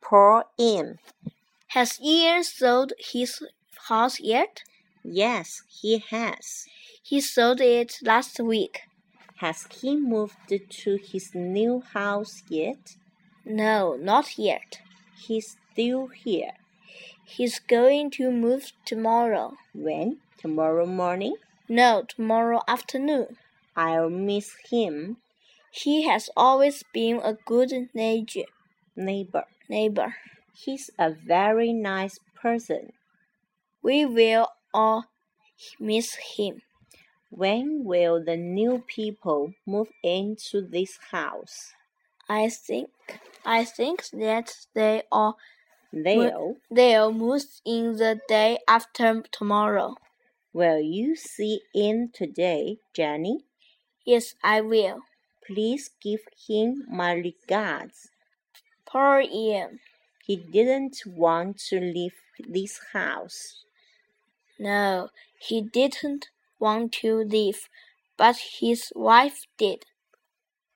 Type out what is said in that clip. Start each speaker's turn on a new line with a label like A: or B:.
A: pour in.
B: Has Ian sold his house yet?
A: Yes, he has.
B: He sold it last week.
A: Has he moved to his new house yet?
B: No, not yet.
A: He's still here.
B: He's going to move tomorrow.
A: When? Tomorrow morning?
B: No, tomorrow afternoon.
A: I'll miss him,
B: He has always been a good neighbor.
A: neighbor.
B: neighbor.
A: He's a very nice person.
B: We will all miss him.
A: When will the new people move into this house?
B: I think I think that they all
A: They'll.
B: they'll move in the day after tomorrow.
A: Will you see in today, Jenny?
B: Yes, I will.
A: Please give him my regards.
B: Poor Ian.
A: He didn't want to leave this house.
B: No, he didn't want to leave, but his wife did.